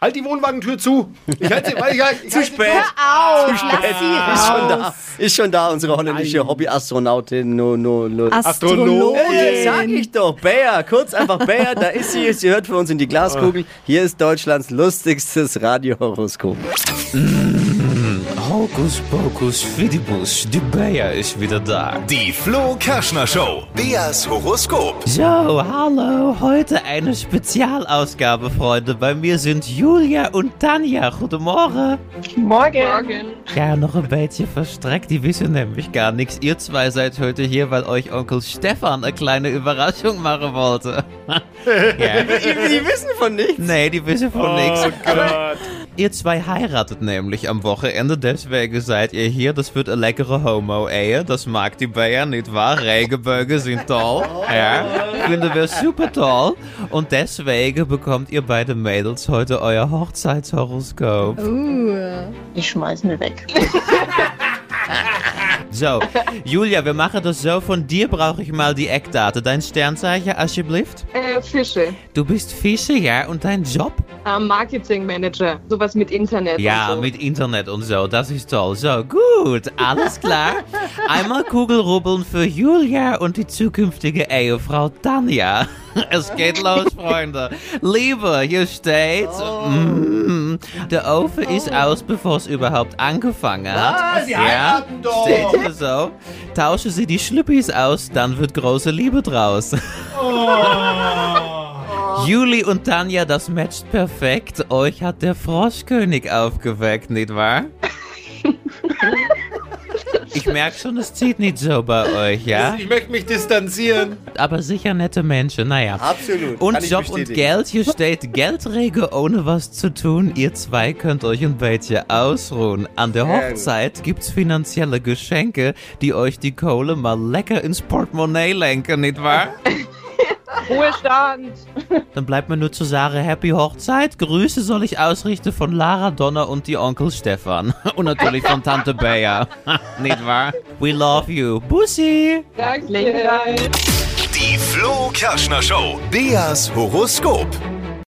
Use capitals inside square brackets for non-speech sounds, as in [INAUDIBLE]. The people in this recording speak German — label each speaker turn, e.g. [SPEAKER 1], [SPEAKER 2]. [SPEAKER 1] Halt die Wohnwagentür zu. Ich halte sie, weil ich, ich
[SPEAKER 2] Zu
[SPEAKER 1] halte-
[SPEAKER 2] spät.
[SPEAKER 3] Hör auf,
[SPEAKER 2] Zu spät.
[SPEAKER 3] lass sie
[SPEAKER 2] Ist schon
[SPEAKER 3] raus.
[SPEAKER 2] da. Ist schon da, unsere holländische Hobbyastronautin. No, no, no. Ey, Äh, sag
[SPEAKER 3] Astrologin.
[SPEAKER 2] ich doch, Bayer, kurz einfach Bayer, da ist sie, sie hört von uns in die Glaskugel. Hier ist Deutschlands lustigstes Radiohoroskop.
[SPEAKER 4] Hokus Pokus Fidibus, die Bayer ist wieder da.
[SPEAKER 5] Die Flo Kerschner Show. Beas Horoskop.
[SPEAKER 4] So, hallo, heute eine Spezialausgabe, Freunde. Bei mir sind Julia und Tanja. Guten Morgen. Ja, noch ein bisschen verstreckt, die wissen nämlich gar nichts. Ihr zwei seid heute hier, weil euch Onkel Stefan eine kleine Überraschung machen wollte. [LAUGHS] ja.
[SPEAKER 2] Die, die wissen von nichts.
[SPEAKER 4] Nee, die wissen von nichts.
[SPEAKER 1] Oh Gott.
[SPEAKER 4] [LAUGHS] Ihr zwei heiratet nämlich am Wochenende, deswegen seid ihr hier. Das wird eine leckere Homo-Ehe. Das mag die Bayer, nicht wahr? Regenbögen sind toll. Ja, finden wir super toll. Und deswegen bekommt ihr beide Mädels heute euer Hochzeitshoroskop.
[SPEAKER 6] Ich schmeiß mir weg.
[SPEAKER 4] So, Julia, wir machen das so. Von dir brauche ich mal die Eckdaten. Dein Sternzeichen, alsjeblieft.
[SPEAKER 7] Äh, Fische.
[SPEAKER 4] Du bist Fische, ja? Und dein Job?
[SPEAKER 7] Äh, Marketingmanager. Sowas mit Internet.
[SPEAKER 4] Ja,
[SPEAKER 7] und so.
[SPEAKER 4] mit Internet und so, das ist toll. So, gut, alles klar. Einmal Kugelrubbeln für Julia und die zukünftige Ehefrau Tanja. [LAUGHS] Es geht los, Freunde. Liebe, hier steht, mm, der Ofen ist aus, bevor es überhaupt angefangen hat.
[SPEAKER 1] Sie heiraten doch.
[SPEAKER 4] steht hier so. Tauschen Sie die Schlüppis aus, dann wird große Liebe draus. [LAUGHS] Juli und Tanja, das matcht perfekt. Euch hat der Froschkönig aufgeweckt, nicht wahr? Ich merke schon, es zieht nicht so bei euch, ja?
[SPEAKER 1] Ich möchte mich distanzieren.
[SPEAKER 4] Aber sicher nette Menschen, naja.
[SPEAKER 2] Absolut.
[SPEAKER 4] Und
[SPEAKER 2] kann ich
[SPEAKER 4] Job und
[SPEAKER 2] bestätigen.
[SPEAKER 4] Geld,
[SPEAKER 2] [LAUGHS]
[SPEAKER 4] hier steht Geldregel ohne was zu tun. Ihr zwei könnt euch ein bisschen ausruhen. An der
[SPEAKER 2] Sehr gut.
[SPEAKER 4] Hochzeit gibt's finanzielle Geschenke, die euch die Kohle mal lecker ins Portemonnaie lenken, nicht
[SPEAKER 2] [LAUGHS]
[SPEAKER 4] wahr?
[SPEAKER 7] Ruhestand.
[SPEAKER 4] Dann bleibt mir nur zu sagen, Happy Hochzeit. Grüße soll ich ausrichten von Lara Donner und die Onkel Stefan. [LAUGHS] Und natürlich von Tante Bea. [LAUGHS] Nicht wahr? We love you. Bussi!
[SPEAKER 7] Danke.
[SPEAKER 5] Die Flo Kerschner Show. Beas Horoskop.